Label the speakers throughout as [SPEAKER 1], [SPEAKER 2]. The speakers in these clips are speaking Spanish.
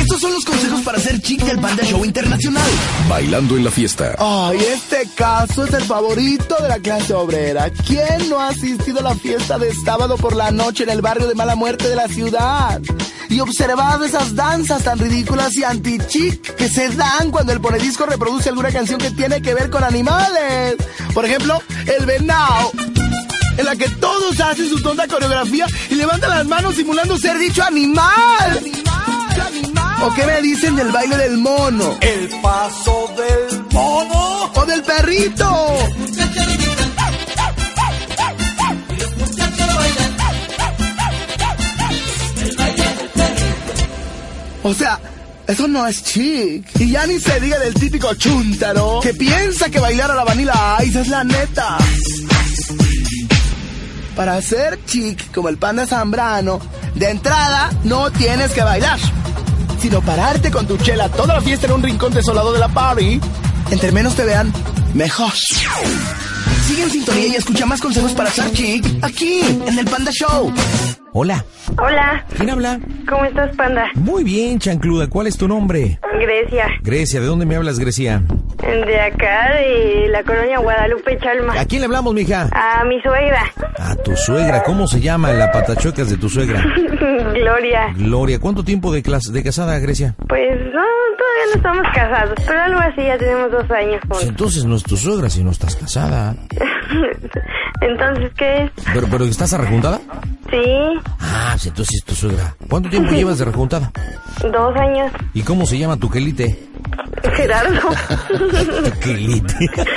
[SPEAKER 1] Estos son los consejos para ser chic del Panda Show Internacional.
[SPEAKER 2] Bailando en la fiesta.
[SPEAKER 3] Ay, este caso es el favorito de la clase obrera. ¿Quién no ha asistido a la fiesta de sábado por la noche en el barrio de Mala Muerte de la ciudad? Y observado esas danzas tan ridículas y anti-chic que se dan cuando el ponedisco reproduce alguna canción que tiene que ver con animales. Por ejemplo, el venao en la que todos hacen su tonta coreografía y levantan las manos simulando ser dicho animal. Animal, animal. ¿O qué me dicen del baile del mono?
[SPEAKER 4] El paso del mono.
[SPEAKER 3] ¿O del perrito? O sea, eso no es chic. Y ya ni se diga del típico chuntaro que piensa que bailar a la vanilla ice es la neta. Para ser chic como el panda zambrano, de entrada no tienes que bailar, sino pararte con tu chela toda la fiesta en un rincón desolado de la party. Entre menos te vean, mejor.
[SPEAKER 1] Sigue en sintonía y escucha más consejos para ser chic aquí, en el Panda Show.
[SPEAKER 5] Hola.
[SPEAKER 6] Hola.
[SPEAKER 5] ¿Quién habla?
[SPEAKER 6] ¿Cómo estás, Panda?
[SPEAKER 5] Muy bien, chancluda. ¿Cuál es tu nombre?
[SPEAKER 6] Grecia.
[SPEAKER 5] Grecia, ¿de dónde me hablas, Grecia?
[SPEAKER 6] De acá, de la colonia Guadalupe Chalma.
[SPEAKER 5] ¿A quién le hablamos, mija?
[SPEAKER 6] A mi suegra.
[SPEAKER 5] A tu suegra. ¿Cómo se llama la patachuecas de tu suegra?
[SPEAKER 6] Gloria.
[SPEAKER 5] Gloria. ¿Cuánto tiempo de, clas- de casada, Grecia?
[SPEAKER 6] Pues no, todavía no estamos casados, pero algo así ya tenemos dos años
[SPEAKER 5] Pues
[SPEAKER 6] juntos.
[SPEAKER 5] entonces no es tu suegra si no estás casada.
[SPEAKER 6] Entonces, ¿qué es?
[SPEAKER 5] ¿Pero, pero estás arrejuntada?
[SPEAKER 6] Sí,
[SPEAKER 5] Ah, pues entonces es tu suegra. ¿Cuánto tiempo llevas de rejuntada?
[SPEAKER 6] dos años.
[SPEAKER 5] ¿Y cómo se llama tu quelite?
[SPEAKER 6] Gerardo.
[SPEAKER 5] Tu quelite.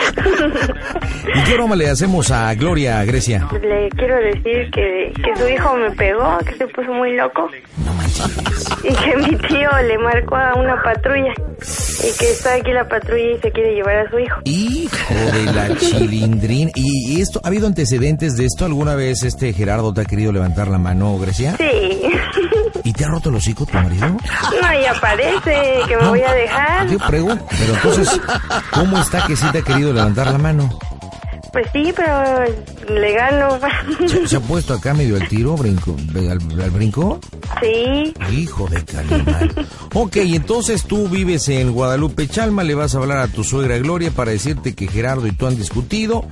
[SPEAKER 5] ¿Y qué broma le hacemos a Gloria, Grecia?
[SPEAKER 6] Le quiero decir que, que su hijo me pegó, que se puso muy loco.
[SPEAKER 5] No manches.
[SPEAKER 6] Y que mi tío le marcó a una patrulla. Y que está aquí la patrulla y se quiere llevar a su hijo.
[SPEAKER 5] Hijo de la chilindrín. ¿Y, y esto ha habido antecedentes de esto alguna vez? Este Gerardo te ha querido levantar la mano, Grecia.
[SPEAKER 6] Sí.
[SPEAKER 5] ¿Y te ha roto el hocico tu marido?
[SPEAKER 6] No, ya parece que me voy a dejar.
[SPEAKER 5] Yo pregunto. Pero entonces, ¿cómo está que sí te ha querido levantar la mano?
[SPEAKER 6] Pues sí, pero le gano.
[SPEAKER 5] ¿Se, se ha puesto acá medio al tiro, brinco, al, al brinco?
[SPEAKER 6] Sí,
[SPEAKER 5] Hijo de Calimán. Ok, entonces tú vives en Guadalupe Chalma, le vas a hablar a tu suegra Gloria para decirte que Gerardo y tú han discutido,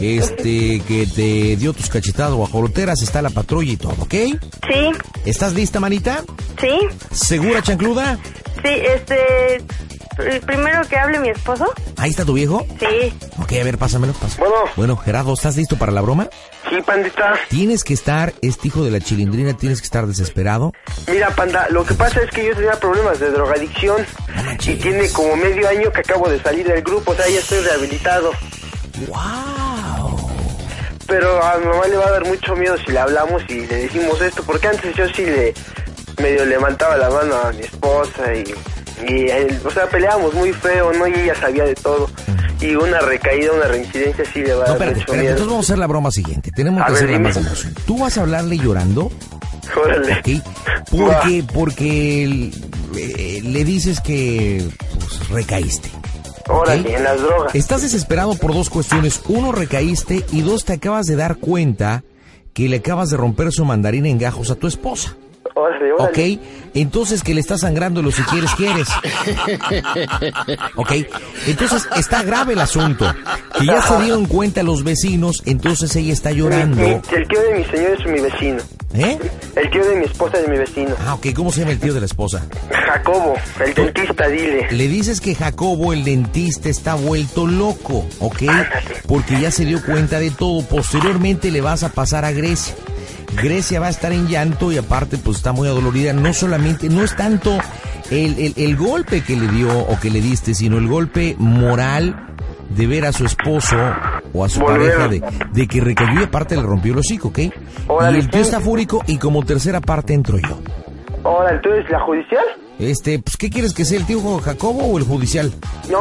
[SPEAKER 5] este, que te dio tus cachetadas guajoloteras, está la patrulla y todo, ¿ok?
[SPEAKER 6] sí,
[SPEAKER 5] ¿Estás lista, manita?
[SPEAKER 6] sí,
[SPEAKER 5] ¿Segura, chancluda?
[SPEAKER 6] sí, este... el Primero que hable mi esposo.
[SPEAKER 5] Ahí está tu viejo.
[SPEAKER 6] Sí,
[SPEAKER 5] Ok, a ver, pásamelo, pásamelo.
[SPEAKER 7] Bueno.
[SPEAKER 5] Bueno, Gerardo, ¿estás listo para la broma?
[SPEAKER 7] Sí, pandita.
[SPEAKER 5] Tienes que estar, este hijo de la chilindrina, tienes que estar desesperado.
[SPEAKER 7] Mira, panda, lo que pasa es que yo tenía problemas de drogadicción y tiene como medio año que acabo de salir del grupo, o sea, ya estoy rehabilitado.
[SPEAKER 5] ¡Wow!
[SPEAKER 7] Pero a mi mamá le va a dar mucho miedo si le hablamos y le decimos esto, porque antes yo sí le medio levantaba la mano a mi esposa y, y él- o sea, peleábamos muy feo, ¿no? Y ella sabía de todo. Y una recaída, una reincidencia sí le va a
[SPEAKER 5] Mm. No,
[SPEAKER 7] dar
[SPEAKER 5] espérate,
[SPEAKER 7] mucho
[SPEAKER 5] espérate. Entonces
[SPEAKER 7] miedo.
[SPEAKER 5] vamos a hacer la broma siguiente. Tenemos
[SPEAKER 7] A
[SPEAKER 5] que
[SPEAKER 7] ver,
[SPEAKER 5] hacerla
[SPEAKER 7] dime.
[SPEAKER 5] más emoción. Tú vas a hablarle llorando,
[SPEAKER 7] Órale.
[SPEAKER 5] ¿ok? Porque, porque eh, le dices que pues, recaíste.
[SPEAKER 7] Órale,
[SPEAKER 5] ¿ok?
[SPEAKER 7] en las drogas.
[SPEAKER 5] Estás desesperado por dos cuestiones. Uno, recaíste y dos, te acabas de dar cuenta que le acabas de romper su mandarín en gajos a tu esposa.
[SPEAKER 7] Órale, órale.
[SPEAKER 5] ¿Ok? Entonces que le está sangrando lo si quieres, quieres. ¿Ok? Entonces está grave el asunto. Que ya se dieron cuenta los vecinos, entonces ella está
[SPEAKER 7] Mi- mi-
[SPEAKER 5] llorando.
[SPEAKER 7] el tío de mi señor es mi vecino.
[SPEAKER 5] ¿Eh?
[SPEAKER 7] El tío de mi esposa es mi vecino.
[SPEAKER 5] Ah, ok, ¿cómo se llama el tío de la esposa?
[SPEAKER 7] Jacobo, el dentista, dile.
[SPEAKER 5] Le dices que Jacobo, el dentista, está vuelto loco, ¿ok? Porque ya se dio cuenta de todo. Posteriormente le vas a pasar a Grecia. Grecia va a estar en llanto y aparte pues está muy adolorida. No solamente, no es tanto el, el- el golpe que le dio o que le diste, sino el golpe moral de ver a su esposo o a su
[SPEAKER 7] Volver.
[SPEAKER 5] pareja de, de que recayó y aparte le rompió el hocico, ¿ok?
[SPEAKER 7] Órale,
[SPEAKER 5] y el tío
[SPEAKER 7] sí.
[SPEAKER 5] está fúrico y como tercera parte entro yo.
[SPEAKER 7] Ahora, entonces, ¿la judicial?
[SPEAKER 5] Este, pues ¿qué quieres que sea el tío Jacobo o el judicial?
[SPEAKER 7] No,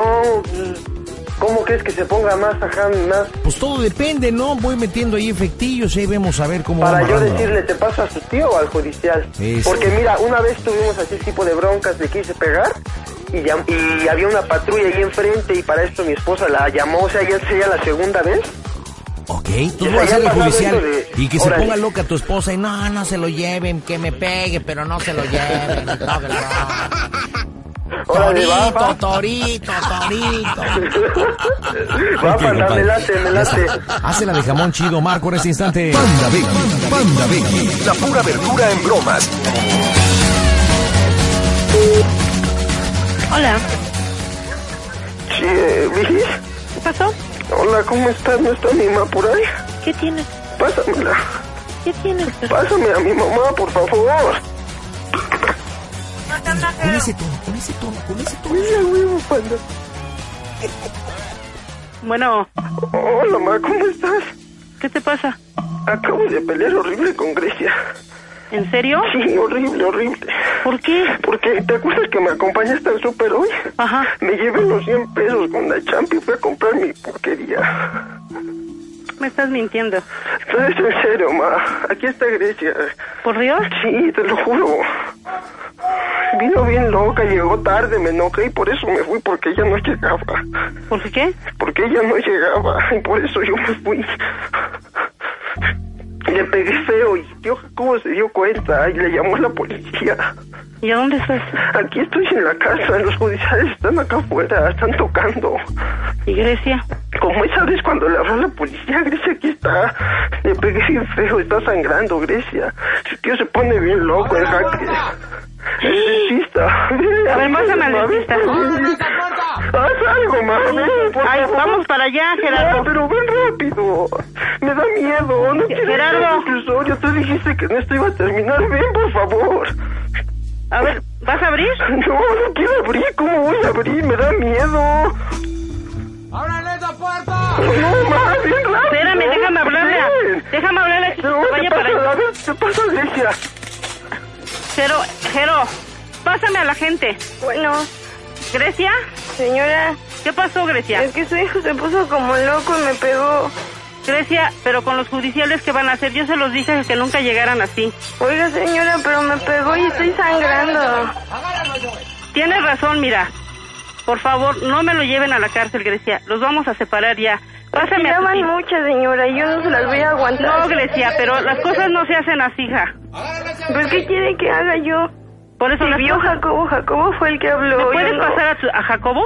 [SPEAKER 7] ¿cómo crees que se ponga más, ajá, más?
[SPEAKER 5] Pues todo depende, ¿no? Voy metiendo ahí efectillos y ahí vemos a ver cómo va
[SPEAKER 7] Para yo
[SPEAKER 5] amarrando.
[SPEAKER 7] decirle, ¿te pasa a su tío o al judicial?
[SPEAKER 5] Sí, sí.
[SPEAKER 7] Porque mira, una vez tuvimos así este tipo de broncas, le quise pegar y, llam- y había una patrulla ahí enfrente y para esto mi esposa la llamó, o sea, ya sería la segunda vez
[SPEAKER 5] Ok, entonces
[SPEAKER 7] Ya
[SPEAKER 5] voy a
[SPEAKER 7] se
[SPEAKER 5] hacer el
[SPEAKER 7] había pasado
[SPEAKER 5] judicial.
[SPEAKER 7] eso de-
[SPEAKER 5] Y que se
[SPEAKER 7] órale.
[SPEAKER 5] ponga loca tu esposa y no, no se lo lleven, que me pegue, pero no se lo lleven. no, que no.
[SPEAKER 7] Órale,
[SPEAKER 5] Torito,
[SPEAKER 7] va, va.
[SPEAKER 5] torito, torito.
[SPEAKER 7] Va,
[SPEAKER 5] Ok,
[SPEAKER 7] panda,
[SPEAKER 5] compadre.
[SPEAKER 7] me late, me
[SPEAKER 5] Ya está.
[SPEAKER 7] late.
[SPEAKER 5] Hazla de jamón chido, Marco, en este instante.
[SPEAKER 2] Panda Becky, Panda Becky, la pura verdura en bromas.
[SPEAKER 6] Hola,
[SPEAKER 7] Sí, eh, Vicky.
[SPEAKER 6] ¿qué pasó?
[SPEAKER 7] Hola, ¿cómo estás? ¿No está mi mamá por ahí?
[SPEAKER 6] ¿Qué tienes?
[SPEAKER 7] Pásamela.
[SPEAKER 6] ¿Qué tienes?
[SPEAKER 7] Pásame a mi mamá, por favor.
[SPEAKER 5] Con ese tono, con ese tono, con ese tono.
[SPEAKER 7] Mira, huevo, panda.
[SPEAKER 6] Bueno,
[SPEAKER 7] Hola, mamá, ¿cómo estás?
[SPEAKER 6] ¿qué te pasa?
[SPEAKER 7] Acabo de pelear horrible con Grecia.
[SPEAKER 6] ¿En
[SPEAKER 5] Ah.
[SPEAKER 6] serio?
[SPEAKER 7] Sí, horrible, horrible.
[SPEAKER 6] ¿Por qué?
[SPEAKER 7] Porque, ¿te acuerdas que me acompañaste al súper hoy?
[SPEAKER 6] Ajá.
[SPEAKER 7] Me llevé los 100 pesos con la champi y fui a comprar mi porquería.
[SPEAKER 6] Me estás mintiendo.
[SPEAKER 7] No es en serio, ma. Aquí está Grecia.
[SPEAKER 6] ¿Por Dios?
[SPEAKER 7] Sí, te lo juro. Vino bien loca, llegó tarde, me enojé y por eso me fui, porque ella no llegaba.
[SPEAKER 6] ¿Por qué?
[SPEAKER 7] Porque ella no llegaba y por eso yo me fui. Le pegué feo y tío Jacobo se dio cuenta y le llamó a la policía.
[SPEAKER 6] ¿Y a dónde estás?
[SPEAKER 7] Aquí estoy en la casa, los judiciales están acá afuera, están tocando.
[SPEAKER 6] ¿Y Grecia?
[SPEAKER 7] Como esa vez cuando le habló a la policía, Grecia aquí está. Le pegué bien feo, está sangrando, Grecia. Su tío se pone bien loco, el hacker. El dentista.
[SPEAKER 6] A ver, mándame al dentista.
[SPEAKER 7] Haz algo, mami.
[SPEAKER 6] Ay, vamos para allá,
[SPEAKER 7] Gerardo.
[SPEAKER 6] Gerardo.
[SPEAKER 7] pero ven rápido. Me da miedo. No quiero
[SPEAKER 6] Gerardo.
[SPEAKER 7] entrar al reclusorio. Tú dijiste que no esto iba a terminar. Ven, por favor.
[SPEAKER 6] A ver, ¿vas a abrir?
[SPEAKER 7] No, no quiero abrir. ¿Cómo voy a abrir? Me da miedo. ¡Ábrale la puerta! No, ma, ven rápido.
[SPEAKER 6] Espérame, déjame hablarle. a-
[SPEAKER 7] Ven.
[SPEAKER 6] Déjame hablarle a que
[SPEAKER 7] No,
[SPEAKER 6] se
[SPEAKER 7] ¿qué
[SPEAKER 6] vaya
[SPEAKER 7] pasa?
[SPEAKER 6] para allá.
[SPEAKER 7] A ver, ¿qué pasa, Grecia?
[SPEAKER 6] Jero, Jero, pásame a la gente.
[SPEAKER 8] Bueno,
[SPEAKER 6] ¿Grecia?
[SPEAKER 8] señora,
[SPEAKER 6] ¿Qué pasó, Grecia?
[SPEAKER 8] es que su hijo se puso como loco y me pegó.
[SPEAKER 6] Grecia, pero con los judiciales que van a hacer, yo se los dije que nunca llegaran así.
[SPEAKER 8] Oiga, señora, pero me pegó y estoy sangrando.
[SPEAKER 6] Tienes razón, mira. Por favor, no me lo lleven a la cárcel, Grecia. Los vamos a separar ya. Pásame a
[SPEAKER 8] Ya
[SPEAKER 6] tu
[SPEAKER 8] van
[SPEAKER 6] tío.
[SPEAKER 8] muchas, señora, y yo no se las voy a aguantar.
[SPEAKER 6] No, Grecia, pero las cosas no se hacen así, hija.
[SPEAKER 8] ¿Pero Pues, qué quiere que haga yo?
[SPEAKER 6] Por eso
[SPEAKER 8] Si
[SPEAKER 6] las
[SPEAKER 8] vio
[SPEAKER 6] cosas...
[SPEAKER 8] Jacobo, Jacobo fue el que habló.
[SPEAKER 6] ¿Me
[SPEAKER 8] yo
[SPEAKER 6] puedes
[SPEAKER 8] no.
[SPEAKER 6] pasar a, tu- a Jacobo?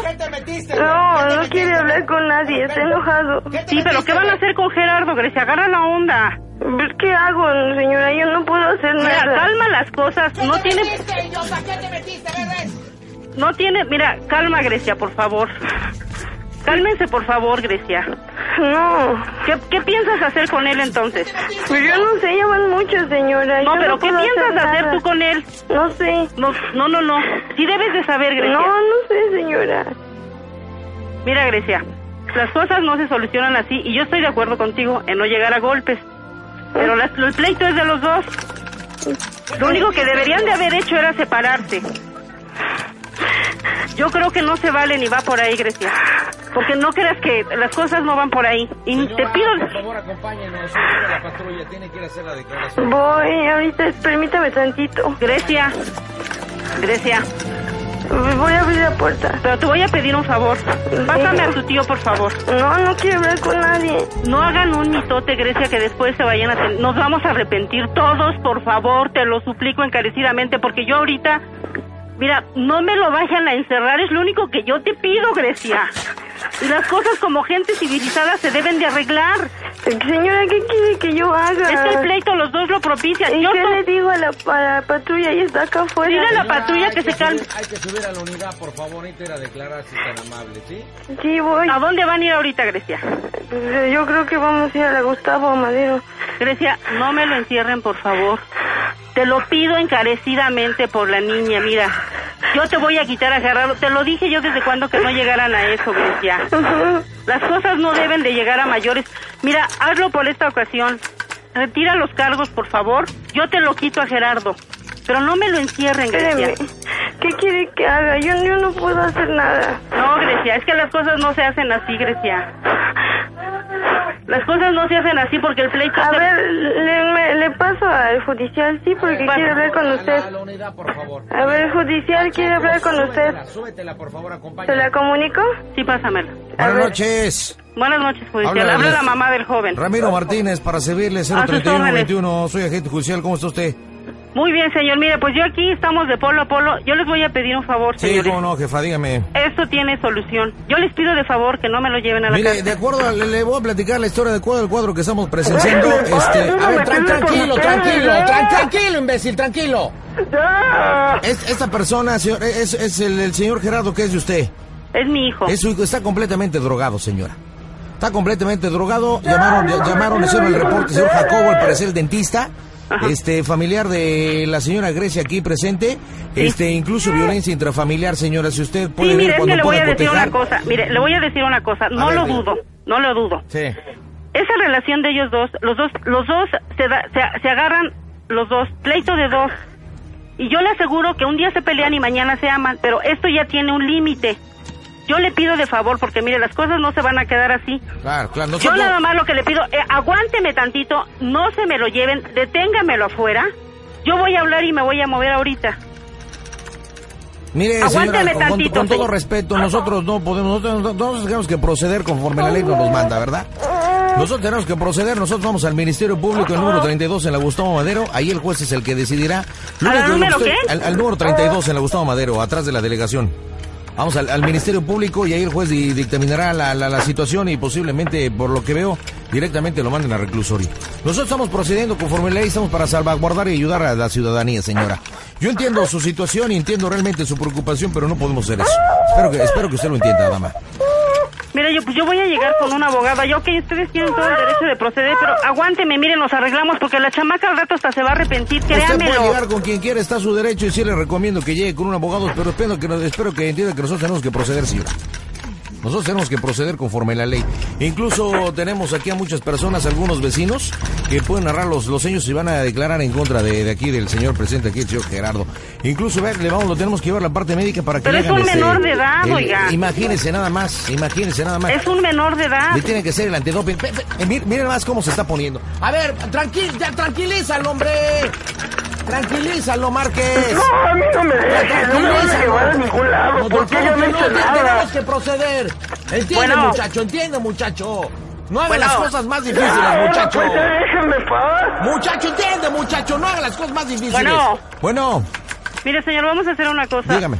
[SPEAKER 8] No, no quiere hablar con nadie, está enojado.
[SPEAKER 6] Sí, pero ¿qué van a hacer con Gerardo, Grecia? Agarra la onda.
[SPEAKER 8] ¿Pero Pues, ¿Qué hago, señora? Yo no puedo hacer
[SPEAKER 6] Mira,
[SPEAKER 8] nada.
[SPEAKER 6] calma las cosas. No tiene... No tiene... Mira, calma, Grecia, por favor. Cálmense, por favor, Grecia.
[SPEAKER 8] No,
[SPEAKER 6] ¿Qué, qué piensas hacer con él entonces?
[SPEAKER 8] pues yo no sé, ya van muchas, señora.
[SPEAKER 6] No,
[SPEAKER 8] yo
[SPEAKER 6] pero ¿qué
[SPEAKER 8] puedo
[SPEAKER 6] piensas hacer tú con él?
[SPEAKER 8] nada. No sé.
[SPEAKER 6] No, no, no, no. Sí debes de saber, Grecia.
[SPEAKER 8] No, no sé, señora.
[SPEAKER 6] Mira, Grecia, las cosas no se solucionan así y yo estoy de acuerdo contigo en no llegar a golpes. Pero las- el pleito es de los dos. Lo único que deberían de haber hecho era separarse. Yo creo que no se vale ni va por ahí, Grecia. Porque no creas que las cosas no van por ahí. Y te pido...
[SPEAKER 9] favor, acompáñenos. Soy la patrulla. Tiene que ir a hacer la declaración.
[SPEAKER 8] Voy, ahorita, permítame tantito.
[SPEAKER 6] Grecia, Grecia,
[SPEAKER 8] Voy a abrir la puerta.
[SPEAKER 6] pero te voy a pedir un favor. Pásame a tu tío, por favor.
[SPEAKER 8] No, no quiero hablar con nadie.
[SPEAKER 6] No hagan un mitote, Grecia, que después se vayan a... ten- Nos vamos a arrepentir todos, por favor, te lo suplico encarecidamente, porque yo ahorita... Mira, no me lo vayan a encerrar, es lo único que yo te pido, Grecia. Y las cosas como gente civilizada se deben de arreglar.
[SPEAKER 8] Señora, ¿qué quiere que yo haga?
[SPEAKER 6] Es que el pleito los dos lo propician.
[SPEAKER 8] ¿Y
[SPEAKER 6] Yo
[SPEAKER 8] qué
[SPEAKER 6] no-
[SPEAKER 8] le digo a la, a la patrulla? Ella está acá afuera.
[SPEAKER 6] Dile a la patrulla que se calme.
[SPEAKER 9] Hay que subir a la unidad, por favor. Hay que ir a declarar si tan amable, ¿sí?
[SPEAKER 8] Sí, voy.
[SPEAKER 6] ¿A dónde van a ir ahorita, Grecia?
[SPEAKER 8] Pues, Yo creo que vamos a ir a la Gustavo Madero.
[SPEAKER 6] Grecia, no me lo encierren, por favor. Te lo pido encarecidamente por la niña, mira. Yo te voy a quitar a Gerardo. Te lo dije yo desde cuando que no llegaran a eso, Grecia. Las cosas no deben de llegar a mayores. Mira, hazlo por esta ocasión. Retira los cargos, por favor. Yo te lo quito a Gerardo. Pero no me lo encierren,
[SPEAKER 8] Espéreme.
[SPEAKER 6] Grecia.
[SPEAKER 8] ¿Qué quiere que haga? Yo, yo no puedo hacer nada.
[SPEAKER 6] No, Grecia, es que las cosas no se hacen así, Grecia. Las cosas no se hacen así porque el pleito...
[SPEAKER 8] A
[SPEAKER 6] se-
[SPEAKER 8] ver, le, me- le paso al judicial, sí, porque
[SPEAKER 6] Pasa.
[SPEAKER 8] quiere hablar con
[SPEAKER 9] A la, a
[SPEAKER 8] usted.
[SPEAKER 9] la unidad, por favor.
[SPEAKER 8] A ver, judicial, quiere hablar con usted.
[SPEAKER 9] Súbetela, súbetela, por favor,
[SPEAKER 8] ¿Se
[SPEAKER 9] acompáñala.
[SPEAKER 8] la comunico?
[SPEAKER 6] Sí, pásamelo.
[SPEAKER 8] A
[SPEAKER 5] Buenas
[SPEAKER 8] ver.
[SPEAKER 5] noches.
[SPEAKER 6] Buenas noches, judicial.
[SPEAKER 5] Habla-
[SPEAKER 6] Habla, la mamá del joven.
[SPEAKER 5] Ramiro Martínez, para servirle
[SPEAKER 6] sus órdenes.
[SPEAKER 5] 03121. Soy agente judicial. ¿Cómo está usted?
[SPEAKER 6] Muy bien, señor. Mire, pues yo aquí estamos de polo a polo. Yo les voy a pedir un favor,
[SPEAKER 5] Sí,
[SPEAKER 6] señores.
[SPEAKER 5] cómo no, jefa, dígame.
[SPEAKER 6] Esto tiene solución. Yo les pido de favor que no me lo lleven a la
[SPEAKER 5] Mire,
[SPEAKER 6] cárcel.
[SPEAKER 5] de acuerdo, a- le, le voy a platicar la historia de acuerdo al cuadro que estamos presenciando. Este, a ver, tran- tranquilo, tranquilo, tran- tranquilo, imbécil, tranquilo. Es- esta persona, señor, es, es el, el señor Gerardo que es de usted.
[SPEAKER 6] Es mi hijo.
[SPEAKER 5] Es su hijo, está completamente drogado, señora. Está completamente drogado. Llamaron, ll- llamaron, hicieron el reporte, señor Jacobo, al parecer el dentista. Este, familiar de la señora Grecia aquí presente. Este, incluso violencia intrafamiliar, señora. Si usted puede
[SPEAKER 6] Sí,
[SPEAKER 5] ver
[SPEAKER 6] mire, es
[SPEAKER 5] cuando
[SPEAKER 6] que le voy
[SPEAKER 5] pueda
[SPEAKER 6] a decir
[SPEAKER 5] cotejar.
[SPEAKER 6] una cosa. Mire, le voy a decir una cosa. No
[SPEAKER 5] ver,
[SPEAKER 6] lo
[SPEAKER 5] diga.
[SPEAKER 6] dudo. No lo dudo.
[SPEAKER 5] Sí.
[SPEAKER 6] Esa relación de ellos dos, los dos, los dos se, da- se, se agarran, los dos, pleito de dos. Y yo le aseguro que un día se pelean y mañana se aman, pero esto ya tiene un límite. Yo le pido de favor, porque mire, las cosas no se van a quedar así.
[SPEAKER 5] Claro, claro.
[SPEAKER 6] Yo
[SPEAKER 5] Nosotros,
[SPEAKER 6] nada más lo que le pido, eh, aguánteme tantito, no se me lo lleven, deténgamelo afuera. Yo voy a hablar y me voy a mover ahorita.
[SPEAKER 5] mire,
[SPEAKER 6] aguántame
[SPEAKER 5] señora, con- con,
[SPEAKER 6] tantito,
[SPEAKER 5] con todo
[SPEAKER 6] sí.
[SPEAKER 5] respeto, nosotros no podemos, nosotros, nosotros tenemos que proceder conforme la ley nos manda, ¿verdad? Nosotros tenemos que proceder, nosotros vamos al Ministerio Público, el número 32 en la Gustavo Madero, ahí el juez es el que decidirá. Lo
[SPEAKER 6] ¿Al
[SPEAKER 5] único que
[SPEAKER 6] número
[SPEAKER 5] usted-
[SPEAKER 6] qué?
[SPEAKER 5] Al, al número 32 en la Gustavo Madero, atrás de la delegación. Vamos al, al Ministerio Público y ahí el juez di- dictaminará la, la- la situación y posiblemente, por lo que veo, directamente lo manden a reclusorio. Nosotros estamos procediendo conforme la ley, estamos para salvaguardar y ayudar a la ciudadanía, señora. Yo entiendo su situación y entiendo realmente su preocupación, pero no podemos hacer eso. Espero que, espero que usted lo entienda, dama.
[SPEAKER 6] Mira, yo, pues yo voy a llegar con una abogada. Yo, ok, ustedes tienen todo el derecho de proceder, pero aguánteme, miren, nos arreglamos porque la chamaca al rato hasta se va a arrepentir,
[SPEAKER 5] Usted puede
[SPEAKER 6] créamelo.
[SPEAKER 5] llegar con quien quiera, está a su derecho y sí le recomiendo que llegue con un abogado, pero espero que, espero que entienda que nosotros tenemos que proceder, señora. Nosotros tenemos que proceder conforme la ley. Incluso tenemos aquí a muchas personas, algunos vecinos, que pueden narrar los, los hechos y van a declarar en contra de, de aquí del señor presente, aquí el señor Gerardo. Incluso ve, le vamos, lo tenemos que llevar a la parte médica para que
[SPEAKER 6] Pero
[SPEAKER 5] le
[SPEAKER 6] es
[SPEAKER 5] hagan,
[SPEAKER 6] un menor de edad, oiga.
[SPEAKER 5] Imagínese nada más, imagínese nada más.
[SPEAKER 6] Es un menor de edad.
[SPEAKER 5] Le tiene que ser el antidoping. Ve, ve, eh, Miren, miren más cómo se está poniendo. A ver, tranqui ya, tranquilízalo, hombre. Tranquilízalo, Márquez.
[SPEAKER 7] No, a mí no me dejes, no me vas a llevar a ningún lado.
[SPEAKER 5] No,
[SPEAKER 7] ¿Por qué yo no he
[SPEAKER 5] no,
[SPEAKER 7] hecho
[SPEAKER 5] te- Tenemos
[SPEAKER 7] nada?
[SPEAKER 5] que proceder. Entiende,
[SPEAKER 6] Bueno.
[SPEAKER 5] muchacho, entiende, muchacho. No haga
[SPEAKER 6] Bueno.
[SPEAKER 5] las cosas más difíciles,
[SPEAKER 7] Ah, bueno,
[SPEAKER 5] muchacho.
[SPEAKER 7] pues ya déjame en paz.
[SPEAKER 5] Muchacho, entiende, muchacho. No haga las cosas más difíciles.
[SPEAKER 6] Bueno.
[SPEAKER 5] Bueno,
[SPEAKER 6] Mire, señor, vamos a hacer una cosa.
[SPEAKER 5] dígame.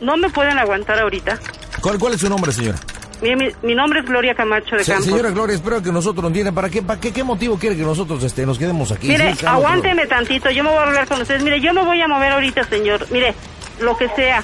[SPEAKER 6] No me pueden aguantar ahorita.
[SPEAKER 5] ¿Cuál, cuál es su nombre, señora?
[SPEAKER 6] Mire, mi, mi nombre es Gloria Camacho de
[SPEAKER 5] Se-
[SPEAKER 6] Campos.
[SPEAKER 5] señora Gloria, espero que nosotros entienda. ¿Para qué, para qué, qué motivo quiere que nosotros este, nos quedemos aquí?
[SPEAKER 6] Mire,
[SPEAKER 5] Sí, claro, pero-
[SPEAKER 6] aguánteme tantito, yo me voy a hablar con ustedes. Mire, yo me voy a mover ahorita, señor. Mire, lo que sea,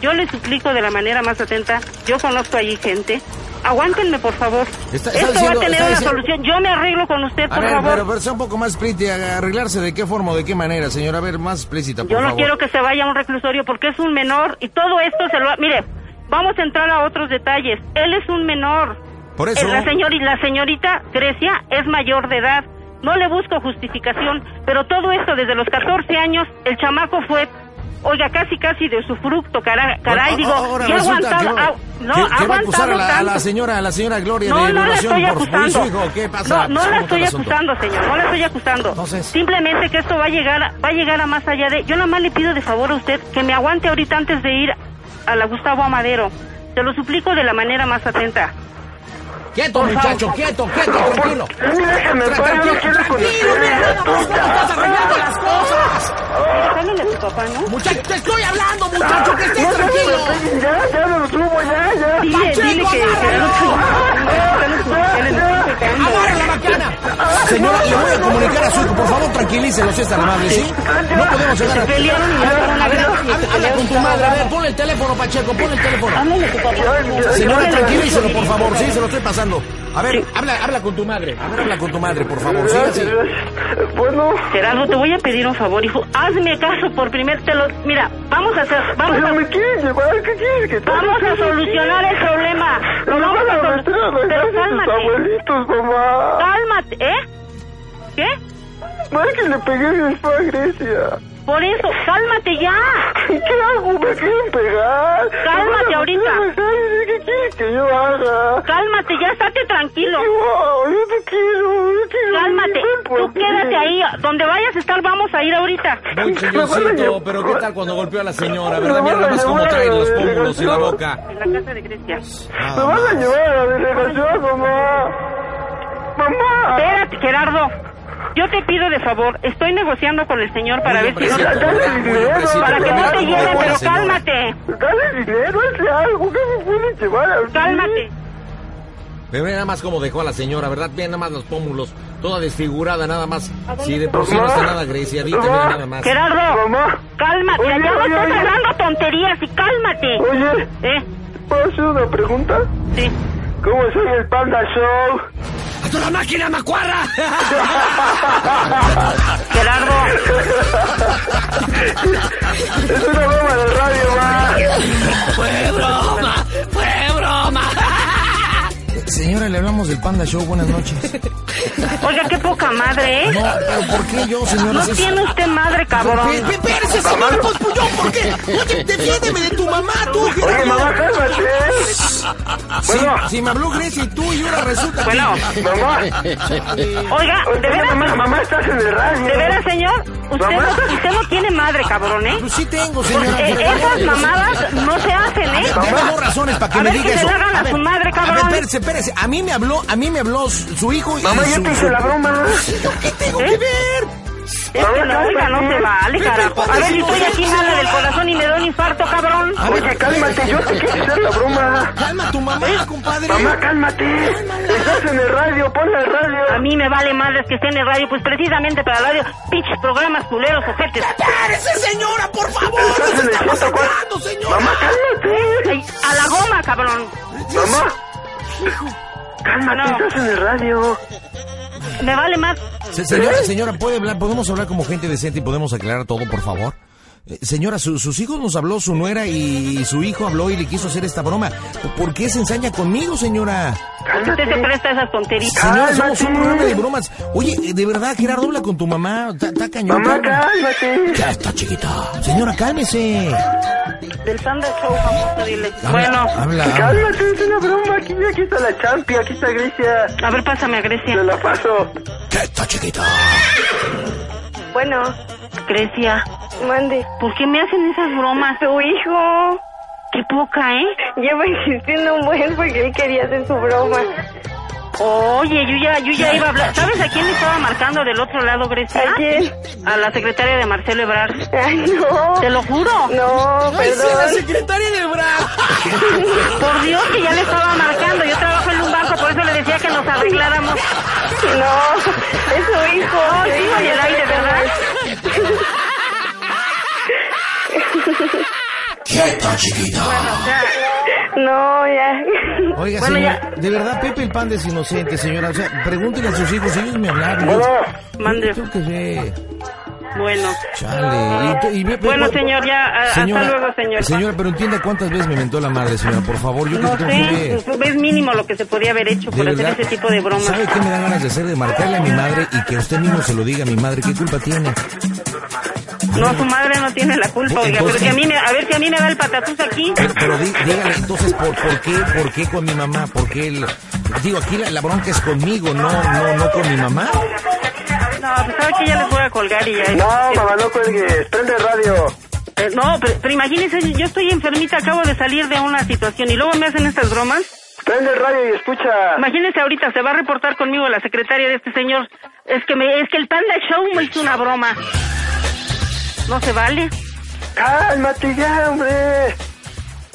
[SPEAKER 6] yo le suplico de la manera más atenta. Yo conozco allí gente. Aguántenme, por favor.
[SPEAKER 5] Está- está
[SPEAKER 6] Esto
[SPEAKER 5] diciendo-
[SPEAKER 6] va a tener
[SPEAKER 5] está
[SPEAKER 6] una
[SPEAKER 5] diciendo-
[SPEAKER 6] solución. Yo me arreglo con usted,
[SPEAKER 5] A
[SPEAKER 6] por
[SPEAKER 5] ver,
[SPEAKER 6] favor.
[SPEAKER 5] pero, pero sea un poco más explícita, arreglarse de qué forma o de qué manera, señora. A ver, más explícita, por
[SPEAKER 6] Yo no
[SPEAKER 5] favor.
[SPEAKER 6] quiero que se vaya a un reclusorio porque es un menor y todo esto se lo... ha- Mire, vamos a entrar a otros detalles. Él es un menor.
[SPEAKER 5] Por eso.
[SPEAKER 6] Eh, La, señor, la señorita Grecia es mayor de edad. No le busco justificación, pero todo esto desde los 14 años, el chamaco fue... Oiga, casi, casi de usufructo, cara- caray,
[SPEAKER 5] Ahora-
[SPEAKER 6] digo,
[SPEAKER 5] ahora
[SPEAKER 6] yo he
[SPEAKER 5] resulta que
[SPEAKER 6] aguantado,
[SPEAKER 5] va-
[SPEAKER 6] au- no,
[SPEAKER 5] que-
[SPEAKER 6] ha
[SPEAKER 5] que va a acusar a
[SPEAKER 6] aguantado
[SPEAKER 5] la, a la
[SPEAKER 6] tanto.
[SPEAKER 5] señora, a la señora Gloria
[SPEAKER 6] No,
[SPEAKER 5] de
[SPEAKER 6] no la
[SPEAKER 5] violación
[SPEAKER 6] estoy
[SPEAKER 5] por- por
[SPEAKER 6] acusando.
[SPEAKER 5] su hijo. ¿Qué pasa?
[SPEAKER 6] No, no
[SPEAKER 5] Pues,
[SPEAKER 6] la
[SPEAKER 5] ¿cómo está
[SPEAKER 6] estoy
[SPEAKER 5] el asunto?
[SPEAKER 6] acusando, señor. No la estoy acusando.
[SPEAKER 5] Entonces.
[SPEAKER 6] Simplemente que esto va a llegar, a- va a llegar a más allá de. Yo nada más le pido de favor a usted que me aguante ahorita antes de ir a la Gustavo Amadero. Te lo suplico de la manera más atenta.
[SPEAKER 5] Quieto, muchacho, quieto, quieto, tranquilo.
[SPEAKER 7] A mí déjame en paz, yo no quiero con ustedes.
[SPEAKER 6] Háblale a tu papá, ¿no?
[SPEAKER 5] Muchacho, te estoy hablando, muchacho, que estés
[SPEAKER 7] No, no,
[SPEAKER 5] tranquilo.
[SPEAKER 7] no, ya, ya me lo subo, ya, ya.
[SPEAKER 6] Dile, dile que.
[SPEAKER 5] ¡Agarra la macana! Señora, le voy a comunicar a su hijo. Por favor, tranquilícelo si es tan amable, ¿sí? No podemos llegar a... Habla- Habla con tu madre, a ver, pon el teléfono, Pacheco, pon el teléfono. Señora, tranquilícelo, por favor. Sí, se lo estoy pasando. A ver, habla, habla con tu madre. A ver, habla con tu madre, por favor. Sí, sí.
[SPEAKER 7] Bueno,
[SPEAKER 6] Gerardo, te voy a pedir un favor, hijo. Hazme caso por primer te lo. Mira, vamos a hacer. Vamos
[SPEAKER 7] pero
[SPEAKER 6] a
[SPEAKER 7] me quieres llevar, ¿qué quieres que te
[SPEAKER 6] Vamos a solucionar el problema. Lo
[SPEAKER 7] No
[SPEAKER 6] vamos
[SPEAKER 7] van
[SPEAKER 6] a
[SPEAKER 7] a meter a
[SPEAKER 6] solucionar.
[SPEAKER 7] la casa
[SPEAKER 6] Pero
[SPEAKER 7] de tus
[SPEAKER 6] cálmate.
[SPEAKER 7] abuelitos, mamá.
[SPEAKER 6] Cálmate, ¿eh? ¿Qué?
[SPEAKER 7] No es que le pegué bien fue a Grecia.
[SPEAKER 6] Por eso, cálmate ya.
[SPEAKER 7] ¿Qué hago? ¿Me quieren pegar?
[SPEAKER 6] Cálmate
[SPEAKER 7] ¿Me van a
[SPEAKER 6] ahorita.
[SPEAKER 7] meter a matar? ¿Qué quieres que yo haga?
[SPEAKER 6] Cálmate ya, estate tranquilo.
[SPEAKER 7] No, yo te quiero, yo quiero.
[SPEAKER 6] Cálmate.
[SPEAKER 7] ven por
[SPEAKER 6] Tú
[SPEAKER 7] mí.
[SPEAKER 6] quédate ahí. Donde vayas a estar, vamos a ir ahorita.
[SPEAKER 10] Muy señorcito, pero ¿qué tal cuando golpeó a la señora? ¿Verdad? Mira nada más cómo trae los pómulos y la boca.
[SPEAKER 6] En la casa de Grecia. Ah,
[SPEAKER 7] Me van a llevar a la delegación, mamá. Mamá.
[SPEAKER 6] Espérate, Gerardo. Yo te pido de favor, estoy negociando con el señor para ver si no,
[SPEAKER 10] hombrecito,
[SPEAKER 7] Dale
[SPEAKER 10] muy
[SPEAKER 7] dinero.
[SPEAKER 10] hombrecito,
[SPEAKER 6] para que
[SPEAKER 10] pero
[SPEAKER 6] no
[SPEAKER 10] mira
[SPEAKER 6] te
[SPEAKER 10] cómo
[SPEAKER 6] lleve,
[SPEAKER 10] golpea a la
[SPEAKER 6] pero
[SPEAKER 10] señora.
[SPEAKER 6] cálmate.
[SPEAKER 7] Dale dinero, hazle algo. ¿Qué me pueden llevar a mí?
[SPEAKER 6] Cálmate.
[SPEAKER 10] Pero mira nada más cómo dejó a la señora, ¿verdad? Mira nada más los pómulos, toda desfigurada nada más. Si de por sí no está nada greciadita, mira nada más.
[SPEAKER 6] Gerardo,
[SPEAKER 7] Mamá.
[SPEAKER 6] cálmate.
[SPEAKER 7] Oye,
[SPEAKER 6] Ya no
[SPEAKER 7] oye,
[SPEAKER 6] estás
[SPEAKER 7] oye.
[SPEAKER 6] hablando tonterías y cálmate.
[SPEAKER 7] Oye,
[SPEAKER 6] ¿Eh?
[SPEAKER 7] ¿puedo hacer una pregunta?
[SPEAKER 6] Sí.
[SPEAKER 7] ¿Cómo soy el Panda Show?
[SPEAKER 10] ¡A toda máquina, macuarra!
[SPEAKER 6] Gerardo,
[SPEAKER 7] Es una broma de radio, ma.
[SPEAKER 5] Eh, Señora, le hablamos del Panda Show, buenas noches.
[SPEAKER 6] oiga, qué poca madre, ¿eh?
[SPEAKER 5] No, pero ¿por qué yo, señora?
[SPEAKER 6] No
[SPEAKER 5] Es-
[SPEAKER 6] tiene usted
[SPEAKER 5] pues,
[SPEAKER 6] madre,
[SPEAKER 5] Pe-
[SPEAKER 6] cabrón.
[SPEAKER 5] pe- Espérese, señor, pues, pues, yo, ¿por qué? Oye, defiéndeme de tu mamá, tú,
[SPEAKER 7] Oye,
[SPEAKER 5] Gerardo.
[SPEAKER 7] mamá, cálmate.
[SPEAKER 5] Si,
[SPEAKER 7] Bueno.
[SPEAKER 5] si me habló Grecia y tú, y ahora resulta que...
[SPEAKER 6] Bueno,
[SPEAKER 7] Mamá.
[SPEAKER 6] oiga,
[SPEAKER 5] Pues,
[SPEAKER 6] de
[SPEAKER 7] Oye, mamá,
[SPEAKER 6] veras,
[SPEAKER 7] mamá, estás en el radio.
[SPEAKER 6] de veras, señor, usted no, usted no tiene madre, cabrón, ¿eh?
[SPEAKER 5] Pues sí tengo, señora.
[SPEAKER 6] Porque
[SPEAKER 5] pero-
[SPEAKER 6] esas mamadas no se hacen, ¿eh?
[SPEAKER 5] Ya me dio razones para que
[SPEAKER 6] A
[SPEAKER 5] me
[SPEAKER 6] ver,
[SPEAKER 5] diga
[SPEAKER 6] que se
[SPEAKER 5] eso.
[SPEAKER 6] la hagan a
[SPEAKER 5] ver,
[SPEAKER 6] su madre,
[SPEAKER 5] A
[SPEAKER 6] cabrón.
[SPEAKER 5] ver, espérese, espérese. A mí me habló, a mí me habló su su hijo y
[SPEAKER 7] Mamá,
[SPEAKER 5] y
[SPEAKER 7] yo
[SPEAKER 5] su-
[SPEAKER 7] te hice la broma.
[SPEAKER 5] ¿Qué tengo
[SPEAKER 6] ¿Eh?
[SPEAKER 5] que ver?
[SPEAKER 6] Es que la oiga no se vale, carajo. A ver si estoy aquí mala del corazón y me da un infarto, cabrón.
[SPEAKER 5] A ver,
[SPEAKER 7] Oye, cálmate, yo te quiero hacer la broma.
[SPEAKER 5] calma tu
[SPEAKER 6] ¿Eh?
[SPEAKER 5] mamá, compadre.
[SPEAKER 7] Mamá, cálmate. Estás en el radio, pon la radio.
[SPEAKER 6] A mí me vale madres que esté en el radio, pues precisamente para el radio. Pinches programas culeros, ojetes.
[SPEAKER 5] ¡Espérese, señora, por favor! ¡Nos
[SPEAKER 7] Estás en el
[SPEAKER 5] estamos
[SPEAKER 7] 104.
[SPEAKER 5] entrando, señora!
[SPEAKER 7] Mamá, cálmate.
[SPEAKER 6] Ay, A la goma, cabrón.
[SPEAKER 7] Mamá. Cálmate,
[SPEAKER 6] No.
[SPEAKER 7] estás en el radio.
[SPEAKER 6] Me vale más.
[SPEAKER 5] Se- señora, señora, ¿puede hablar? ¿podemos hablar como gente decente y podemos aclarar todo, por favor? Eh, Señora, su- sus hijos nos habló, su nuera y su hijo habló y le quiso hacer esta broma. ¿Por qué se ensaña conmigo, señora?
[SPEAKER 6] Usted se presta a esas tonterías.
[SPEAKER 5] Señora, somos un
[SPEAKER 7] Cálmate.
[SPEAKER 5] programa de bromas. Oye, eh, de verdad, Gerardo, habla con tu mamá. Está está cañón.
[SPEAKER 7] Mamá,
[SPEAKER 5] Carmen.
[SPEAKER 7] cálmate.
[SPEAKER 5] Ya está chiquita. Señora, cálmese.
[SPEAKER 6] Del Panda Show, famoso, dile.
[SPEAKER 5] Habla,
[SPEAKER 6] Bueno,
[SPEAKER 5] Habla. habla.
[SPEAKER 7] Cálmate, es una broma. Aquí, aquí está la champi, aquí está Grecia.
[SPEAKER 6] a ver, pásame a Grecia.
[SPEAKER 7] Te la paso.
[SPEAKER 5] Ya está chiquita.
[SPEAKER 8] Bueno,
[SPEAKER 6] Grecia,
[SPEAKER 8] mande.
[SPEAKER 6] ¿por qué me hacen esas bromas?
[SPEAKER 8] Su hijo
[SPEAKER 6] Qué poca, ¿eh?
[SPEAKER 8] lleva insistiendo un buen porque él quería hacer su broma.
[SPEAKER 6] Oye, yo ya, yo ya iba a hablar. ¿Sabes a quién le estaba marcando del otro lado, Grecia?
[SPEAKER 8] ¿A quién?
[SPEAKER 6] A la secretaria de Marcelo Ebrard.
[SPEAKER 8] Ay, no.
[SPEAKER 6] Te lo juro.
[SPEAKER 8] No, perdón.
[SPEAKER 5] secretaria de Bra.
[SPEAKER 6] Por Dios que ya le estaba marcando. Yo trabajo en un banco, por eso le decía que nos arregláramos.
[SPEAKER 8] No, es su hijo.
[SPEAKER 6] Oh,
[SPEAKER 8] Su
[SPEAKER 6] sí,
[SPEAKER 8] hijo
[SPEAKER 6] en el
[SPEAKER 8] ya
[SPEAKER 6] aire,
[SPEAKER 8] sabe
[SPEAKER 6] ¿verdad?
[SPEAKER 8] cómo es. No, ya.
[SPEAKER 5] Oiga,
[SPEAKER 6] Bueno,
[SPEAKER 5] señora, de verdad, Pepe el Panda es inocente, señora. O sea, pregúntele a sus hijos, ellos me hablaron.
[SPEAKER 7] Bueno,
[SPEAKER 6] Mande.
[SPEAKER 5] Yo qué sé.
[SPEAKER 6] Bueno.
[SPEAKER 5] Chale. Y tú- y ve- ve-
[SPEAKER 6] Bueno,
[SPEAKER 5] ve-
[SPEAKER 6] señor, ya. a-
[SPEAKER 5] Señora,
[SPEAKER 6] hasta luego, señor.
[SPEAKER 5] Señora, pero entienda cuántas veces me mentó la madre, señora, por favor. Yo
[SPEAKER 6] No
[SPEAKER 5] creo que tengo que
[SPEAKER 6] sé, pues, es mínimo lo que se podía haber hecho por hacer ese tipo de bromas.
[SPEAKER 5] ¿Sabe qué me dan ganas de hacer? De marcarle a mi madre y que usted mismo se lo diga a mi madre. ¿Qué culpa tiene?
[SPEAKER 6] No, su madre no tiene la culpa, oiga, pero
[SPEAKER 5] Entonces- Eh.
[SPEAKER 6] si a mí me, a ver si a mí me da el patatús aquí.
[SPEAKER 5] Pero, pero dí- dígale entonces, ¿por, por, qué, ¿por qué con mi mamá? ¿Por qué el...? Digo, aquí la, la bronca es conmigo, no, no, no con mi mamá.
[SPEAKER 6] No, pues sabe que ya les voy a colgar y ya. este,
[SPEAKER 7] no, mamá, no cuelgues. Prende el radio.
[SPEAKER 6] Eh, no, pero, pero imagínense, yo estoy enfermita, acabo de salir de una situación y luego me hacen estas bromas.
[SPEAKER 7] Prende el radio y escucha.
[SPEAKER 6] Imagínense ahorita, se va a reportar conmigo la secretaria de este señor. Es que me, es que el Panda Show me hizo una broma. No se vale.
[SPEAKER 7] Cálmate ya, hombre.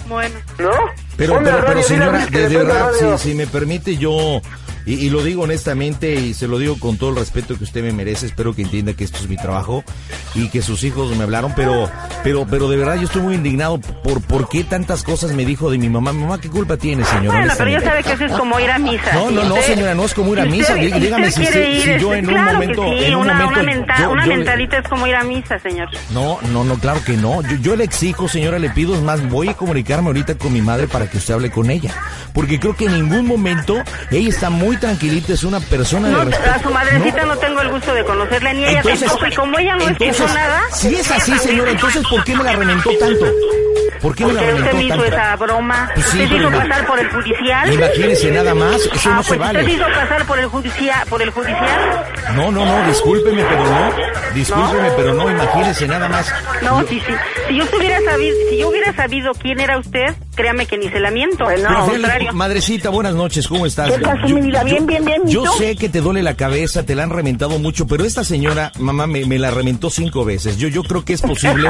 [SPEAKER 6] Bueno.
[SPEAKER 7] ¿No?
[SPEAKER 5] Pero, pero,
[SPEAKER 7] Ponle el
[SPEAKER 5] pero,
[SPEAKER 7] radio, dile a
[SPEAKER 5] señora,
[SPEAKER 7] Luis que
[SPEAKER 5] de,
[SPEAKER 7] le
[SPEAKER 5] de
[SPEAKER 7] prenda el
[SPEAKER 5] verdad,
[SPEAKER 7] radio.
[SPEAKER 5] si, si me permite yo, y, y lo digo honestamente y se lo digo con todo el respeto que usted me merece, espero que entienda que esto es mi trabajo y que sus hijos me hablaron, pero, pero, pero de verdad yo estoy muy indignado por por qué tantas cosas me dijo de mi mamá. Mamá, ¿qué culpa tiene, señora?
[SPEAKER 6] Bueno, pero ya
[SPEAKER 5] Honestamente.
[SPEAKER 6] sabe que eso es como ir a misa.
[SPEAKER 5] Ah, No, no, no,
[SPEAKER 6] Usted-
[SPEAKER 5] señora, no es como ir a
[SPEAKER 6] usted-
[SPEAKER 5] misa. Dí-
[SPEAKER 6] usted
[SPEAKER 5] dígame si-
[SPEAKER 6] quiere
[SPEAKER 5] si- si
[SPEAKER 6] ir,
[SPEAKER 5] yo en un
[SPEAKER 6] claro
[SPEAKER 5] momento-
[SPEAKER 6] Que sí,
[SPEAKER 5] en un
[SPEAKER 6] una,
[SPEAKER 5] momento,
[SPEAKER 6] una, menta-
[SPEAKER 5] yo-
[SPEAKER 6] una
[SPEAKER 5] yo le-
[SPEAKER 6] mentadita es como ir a misa, señor.
[SPEAKER 5] No, no, no, claro que no. Yo, yo le exijo, señora, le pido, es más, voy a comunicarme ahorita con mi madre para que usted hable con ella. Porque creo que en ningún momento ella está muy muy tranquilita, es una persona
[SPEAKER 6] No,
[SPEAKER 5] de respeto.
[SPEAKER 6] a su madrecita no. tengo el gusto de conocerla, ni ella
[SPEAKER 5] Entonces-
[SPEAKER 6] tampoco. Y como ella no
[SPEAKER 5] entonces,
[SPEAKER 6] escuchó nada,
[SPEAKER 5] Si es así, señora, entonces ¿por qué me la reventó tanto? ¿Por qué me la
[SPEAKER 6] usted, usted me
[SPEAKER 5] reventó
[SPEAKER 6] hizo
[SPEAKER 5] tanto?
[SPEAKER 6] esa broma.
[SPEAKER 5] Pues sí,
[SPEAKER 6] usted
[SPEAKER 5] pero
[SPEAKER 6] hizo
[SPEAKER 5] no.
[SPEAKER 6] pasar por el judicial.
[SPEAKER 5] Imagínese nada más, eso
[SPEAKER 6] Ah,
[SPEAKER 5] no se
[SPEAKER 6] pues
[SPEAKER 5] vale.
[SPEAKER 6] Usted hizo pasar por el judicial, por el judicial.
[SPEAKER 5] No, no, no, discúlpeme, pero no. Discúlpeme,
[SPEAKER 6] No.
[SPEAKER 5] pero no, imagínese nada más.
[SPEAKER 6] No, sí, sí. Si yo hubiera sabido, si yo hubiera sabido quién era usted, créame que ni se la miento.
[SPEAKER 5] Pero,
[SPEAKER 6] no, al
[SPEAKER 5] Feli,
[SPEAKER 6] contrario.
[SPEAKER 5] madrecita, buenas noches, ¿cómo estás?
[SPEAKER 6] ¿Qué pasó, mi vida? Bien, bien, bien, ¿y
[SPEAKER 5] Yo
[SPEAKER 6] tú?
[SPEAKER 5] sé que te duele la cabeza, te la han reventado mucho, pero esta señora, mamá, me, me la reventó cinco veces. Yo, yo creo que es posible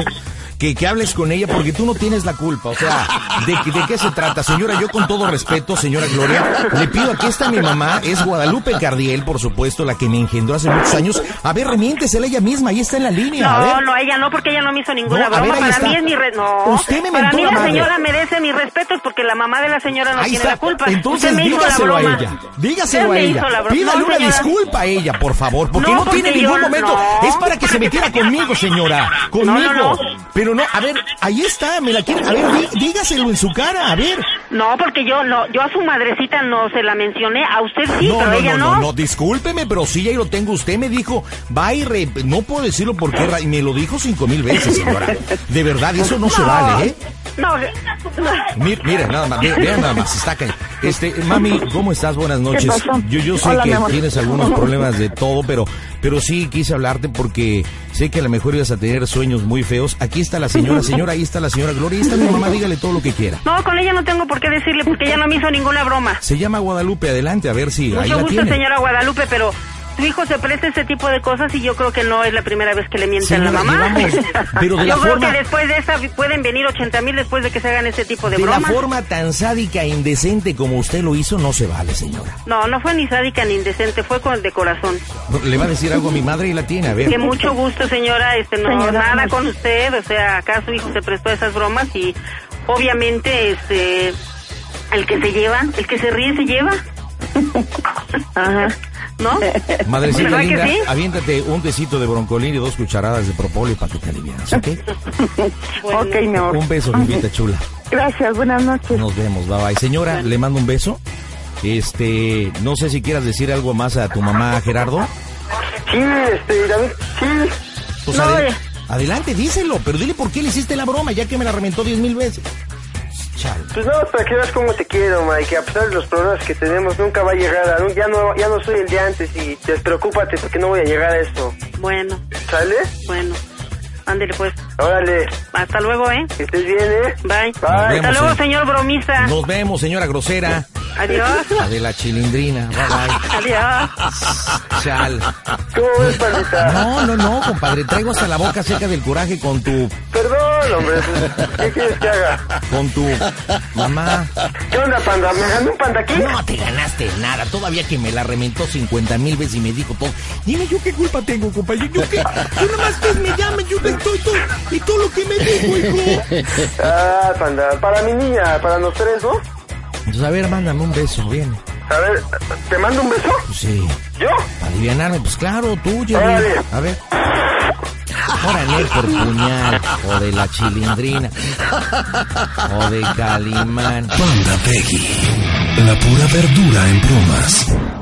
[SPEAKER 5] que, que hables con ella porque tú no tienes la culpa. O sea, ¿de, qué- ¿de qué se trata? Señora, yo con todo respeto, señora Gloria, le pido, aquí está mi mamá, es Guadalupe Cardiel, por supuesto, la que me engendró hace muchos años. A ver, remiéntesela ella misma, ahí está en la línea. a ver.
[SPEAKER 6] No, no, ella no, porque ella no me hizo ninguna
[SPEAKER 5] No, a ver,
[SPEAKER 6] broma.
[SPEAKER 5] ahí
[SPEAKER 6] Para
[SPEAKER 5] está.
[SPEAKER 6] mí es mi re- no.
[SPEAKER 5] Usted me
[SPEAKER 6] Para
[SPEAKER 5] mentó
[SPEAKER 6] mí
[SPEAKER 5] la
[SPEAKER 6] la
[SPEAKER 5] madre.
[SPEAKER 6] señora merece mis respetos porque la mamá de la señora no
[SPEAKER 5] Ahí
[SPEAKER 6] Ah, tiene
[SPEAKER 5] está.
[SPEAKER 6] la culpa.
[SPEAKER 5] Entonces
[SPEAKER 6] Usted me hizo la
[SPEAKER 5] dígaselo a
[SPEAKER 6] broma.
[SPEAKER 5] ella. Dígaselo
[SPEAKER 6] Usted
[SPEAKER 5] a
[SPEAKER 6] me
[SPEAKER 5] ella.
[SPEAKER 6] hizo la broma.
[SPEAKER 5] Pídale
[SPEAKER 6] No,
[SPEAKER 5] una
[SPEAKER 6] señora.
[SPEAKER 5] disculpa a ella, por favor, porque no,
[SPEAKER 6] No, porque
[SPEAKER 5] tiene ningún
[SPEAKER 6] yo-
[SPEAKER 5] momento.
[SPEAKER 6] no.
[SPEAKER 5] Es para que se metiera conmigo, señora. Conmigo.
[SPEAKER 6] no, no.
[SPEAKER 5] Pero no, a ver, ahí está, me la quiere. A ver, dí- dígaselo en su cara, a ver.
[SPEAKER 6] No, porque yo no, yo a su madrecita no se la mencioné, a usted sí,
[SPEAKER 5] no,
[SPEAKER 6] pero
[SPEAKER 5] no,
[SPEAKER 6] ella
[SPEAKER 5] no,
[SPEAKER 6] no.
[SPEAKER 5] no, no, discúlpeme, pero sí, ahí lo tengo. Usted me dijo, va y re- no puedo decirlo porque ra- me lo dijo cinco mil veces, señora. De verdad, eso no, se
[SPEAKER 6] No.
[SPEAKER 5] vale, ¿eh?
[SPEAKER 6] No,
[SPEAKER 5] Mira, mira, nada más, mira, mira nada más, está acá. Este, mami, ¿cómo estás? Buenas noches.
[SPEAKER 11] pasó?
[SPEAKER 5] Yo, yo sé
[SPEAKER 11] Hola, mi
[SPEAKER 5] que
[SPEAKER 11] amor.
[SPEAKER 5] tienes algunos problemas de todo, pero, pero sí quise hablarte porque sé que a lo mejor ibas a tener sueños muy feos. Aquí está la señora, señora, ahí está la señora Gloria, ahí está mi mamá, dígale todo lo que quiera.
[SPEAKER 6] no, con ella no tengo por qué decirle porque ella no me hizo ninguna broma.
[SPEAKER 5] Se llama Guadalupe, adelante, a ver si ahí
[SPEAKER 6] Mucho
[SPEAKER 5] la
[SPEAKER 6] gusto,
[SPEAKER 5] tiene.
[SPEAKER 6] señora Guadalupe, pero su hijo se presta este tipo de cosas y yo creo que no es la primera vez que le mienten a la
[SPEAKER 5] Señora,
[SPEAKER 6] mamá.
[SPEAKER 5] llevamos- pero de
[SPEAKER 6] yo
[SPEAKER 5] la
[SPEAKER 6] creo
[SPEAKER 5] forma-
[SPEAKER 6] que después de esa pueden venir 80 mil después de que se hagan este tipo de,
[SPEAKER 5] De la
[SPEAKER 6] bromas.
[SPEAKER 5] forma tan sádica e indecente como usted lo hizo, no se vale, señora.
[SPEAKER 6] No, no fue ni sádica ni indecente, fue con de corazón.
[SPEAKER 5] Le va a decir algo a mi madre y la tiene, a ver.
[SPEAKER 6] Que mucho gusto, señora, este no
[SPEAKER 5] Señora,
[SPEAKER 6] nada
[SPEAKER 5] no.
[SPEAKER 6] con usted, o sea, acá su hijo se prestó a esas bromas y obviamente este el que se lleva, el que se ríe se lleva. Ajá. ¿No?
[SPEAKER 5] Madrecita
[SPEAKER 6] ¿Verdad que
[SPEAKER 5] linda, Ah.
[SPEAKER 6] sí?
[SPEAKER 5] aviéntate un tecito de broncolín y dos cucharadas de propóleo para que te alivianes, ¿ok?
[SPEAKER 11] Ok, mi amor.
[SPEAKER 5] Un beso, Lupita chula.
[SPEAKER 11] Gracias, buenas noches.
[SPEAKER 5] Nos vemos, bye bye. Señora, le mando un beso. Este, no sé si quieras decir algo más a tu mamá, Gerardo.
[SPEAKER 7] Sí, este, David, sí.
[SPEAKER 5] Pues
[SPEAKER 7] No,
[SPEAKER 5] adel-
[SPEAKER 7] eh.
[SPEAKER 5] adelante, díselo, pero dile por qué le hiciste la broma, ya que me la reventó diez mil veces. Chale.
[SPEAKER 7] Pues no, para que veas cómo te quiero, Mike. Que a pesar de los problemas que tenemos, nunca va a llegar a... Ya no, ya no soy el de antes y despreocúpate porque no voy a llegar a esto.
[SPEAKER 6] Bueno,
[SPEAKER 7] ¿Sale?
[SPEAKER 6] bueno. Ándele pues.
[SPEAKER 7] Órale.
[SPEAKER 6] Hasta luego, ¿eh?
[SPEAKER 7] Que estés bien, ¿eh?
[SPEAKER 6] Bye.
[SPEAKER 5] Nos
[SPEAKER 6] Hasta
[SPEAKER 5] vemos,
[SPEAKER 6] luego,
[SPEAKER 5] eh.
[SPEAKER 6] señor bromista.
[SPEAKER 7] Ah.
[SPEAKER 5] Nos vemos, señora grosera.
[SPEAKER 6] Adiós.
[SPEAKER 5] La de la chilindrina, bye
[SPEAKER 6] Adiós.
[SPEAKER 5] bye. Chal. No, no, no, compadre, traigo hasta la boca seca del coraje con tu
[SPEAKER 7] Perdón, hombre. pues, ¿Qué quieres que haga?
[SPEAKER 5] con tu mamá.
[SPEAKER 7] ¿Qué onda, panda? ¿Me gané un panda aquí?
[SPEAKER 5] No te ganaste nada. Todavía que me la reventó 50 mil veces y me dijo todo. Dime yo qué culpa tengo, compañero. Yo qué. Yo nomás que me llame, yo le estoy todo. Y todo lo que me dijo, hijo.
[SPEAKER 7] Ah, panda. Para mi niña, para los tres, ¿no?
[SPEAKER 5] Entonces, a ver, mándame un beso, bien.
[SPEAKER 7] A ver, ¿te mando un beso?
[SPEAKER 5] Pues sí.
[SPEAKER 7] ¿Yo?
[SPEAKER 5] Para alivianarme, pues claro, tú, Jerry.
[SPEAKER 7] Órale.
[SPEAKER 5] A ver. Órale, por puñal. O de la chilindrina. O de Calimán.
[SPEAKER 2] Panda Peggy. La pura verdura en bromas.